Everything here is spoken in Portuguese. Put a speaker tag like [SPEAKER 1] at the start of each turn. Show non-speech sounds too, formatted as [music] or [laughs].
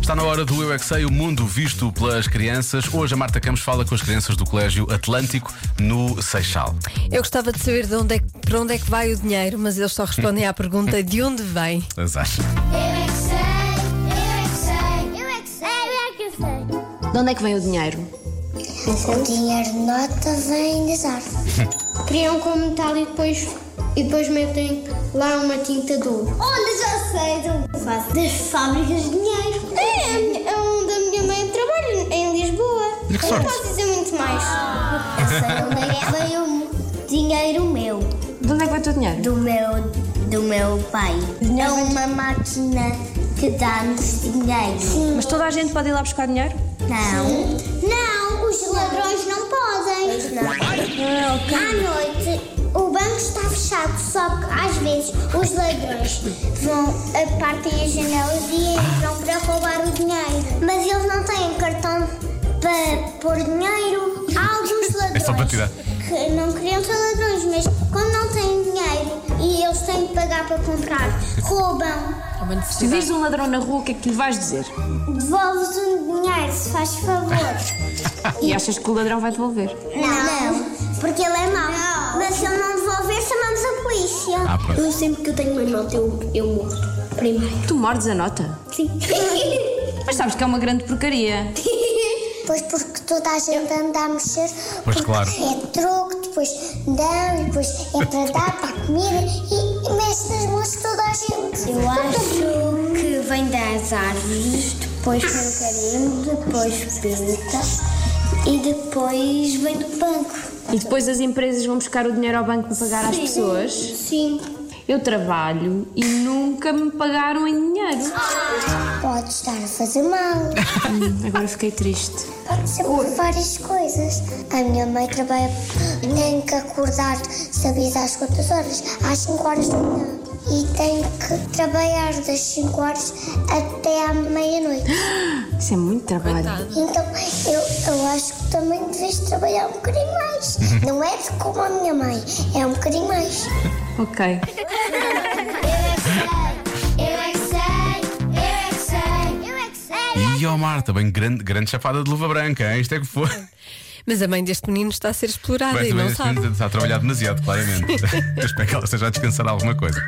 [SPEAKER 1] Está na hora do Eu é que Sei, o mundo visto pelas crianças. Hoje a Marta Campos fala com as crianças do Colégio Atlântico no Seixal.
[SPEAKER 2] Eu gostava de saber de onde é que- para onde é que vai o dinheiro, mas eles só respondem à pergunta de onde vem.
[SPEAKER 1] Azar.
[SPEAKER 3] Eu é que sei, eu é que sei, eu é que sei, eu é que sei. é
[SPEAKER 4] De onde é que vem o dinheiro?
[SPEAKER 3] O dinheiro de nota vem das [laughs] árvores. Criam com metal e depois, e depois metem lá uma tinta de ouro. Olha, já sei de onde faz das fábricas de dinheiro. É, a minha- é onde a minha mãe trabalha, em Lisboa.
[SPEAKER 1] E que sorte.
[SPEAKER 3] dizer muito mais. Eu sei onde é que veio o dinheiro meu.
[SPEAKER 4] De onde é que vem o teu dinheiro?
[SPEAKER 3] do meu, do meu pai. É uma máquina que dá-nos dinheiro.
[SPEAKER 4] Mas toda a gente pode ir lá buscar dinheiro?
[SPEAKER 3] Não. Não, os ladrões não podem.
[SPEAKER 4] Ah, ok.
[SPEAKER 3] À noite, o banco está fechado, só que às vezes os ladrões vão, partem as janelas e entram para roubar o dinheiro. Mas eles não têm cartão para pôr dinheiro. Há alguns [laughs] ladrões
[SPEAKER 1] só para tirar.
[SPEAKER 3] que não queriam ser ladrões, mas quando não têm dinheiro e eles têm de pagar para comprar, roubam.
[SPEAKER 4] Se vires um ladrão na rua, o que é que lhe vais dizer?
[SPEAKER 3] Devolves o dinheiro, se faz favor.
[SPEAKER 4] E achas que o ladrão vai devolver?
[SPEAKER 3] Não, porque ele é mau. Mas se eu não devolver, chamamos a polícia.
[SPEAKER 1] Ah, pronto.
[SPEAKER 3] eu sempre que eu tenho uma nota, eu, eu morro. Primeiro.
[SPEAKER 4] Tu mordes a nota.
[SPEAKER 3] Sim.
[SPEAKER 4] Mas sabes que é uma grande porcaria.
[SPEAKER 3] [laughs] Pois porque toda a gente anda a mexer.
[SPEAKER 1] Pois
[SPEAKER 3] porque
[SPEAKER 1] claro.
[SPEAKER 3] É troco, depois dão, depois é para dar, para a comida e mexe nas mãos de toda a gente. Eu acho que vem das árvores, depois pelo carinho, depois pinta e depois vem do banco.
[SPEAKER 4] E depois as empresas vão buscar o dinheiro ao banco para pagar às pessoas.
[SPEAKER 3] Sim.
[SPEAKER 4] Eu trabalho e nunca me pagaram em dinheiro.
[SPEAKER 3] Pode estar a fazer mal.
[SPEAKER 4] Agora fiquei triste.
[SPEAKER 3] Pode ser por várias coisas. A minha mãe trabalha, tem que acordar, sabes, às quantas horas? Às 5 horas da manhã. E tem que trabalhar das 5 horas até à meia-noite.
[SPEAKER 4] Isso é muito trabalho.
[SPEAKER 3] Então eu, eu acho que também deves trabalhar um bocadinho mais. Não é como a minha mãe, é um bocadinho mais.
[SPEAKER 4] Ok.
[SPEAKER 3] Eu é que sei, eu é que sei, eu é que sei.
[SPEAKER 1] E ó Marta, bem grande, grande chapada de luva branca, hein? isto é que foi.
[SPEAKER 2] Mas a mãe deste menino está a ser explorada
[SPEAKER 1] Bem,
[SPEAKER 2] e
[SPEAKER 1] também
[SPEAKER 2] não
[SPEAKER 1] este
[SPEAKER 2] sabe.
[SPEAKER 1] menino está a trabalhar demasiado, claramente. Eu espero que ela esteja a descansar alguma coisa.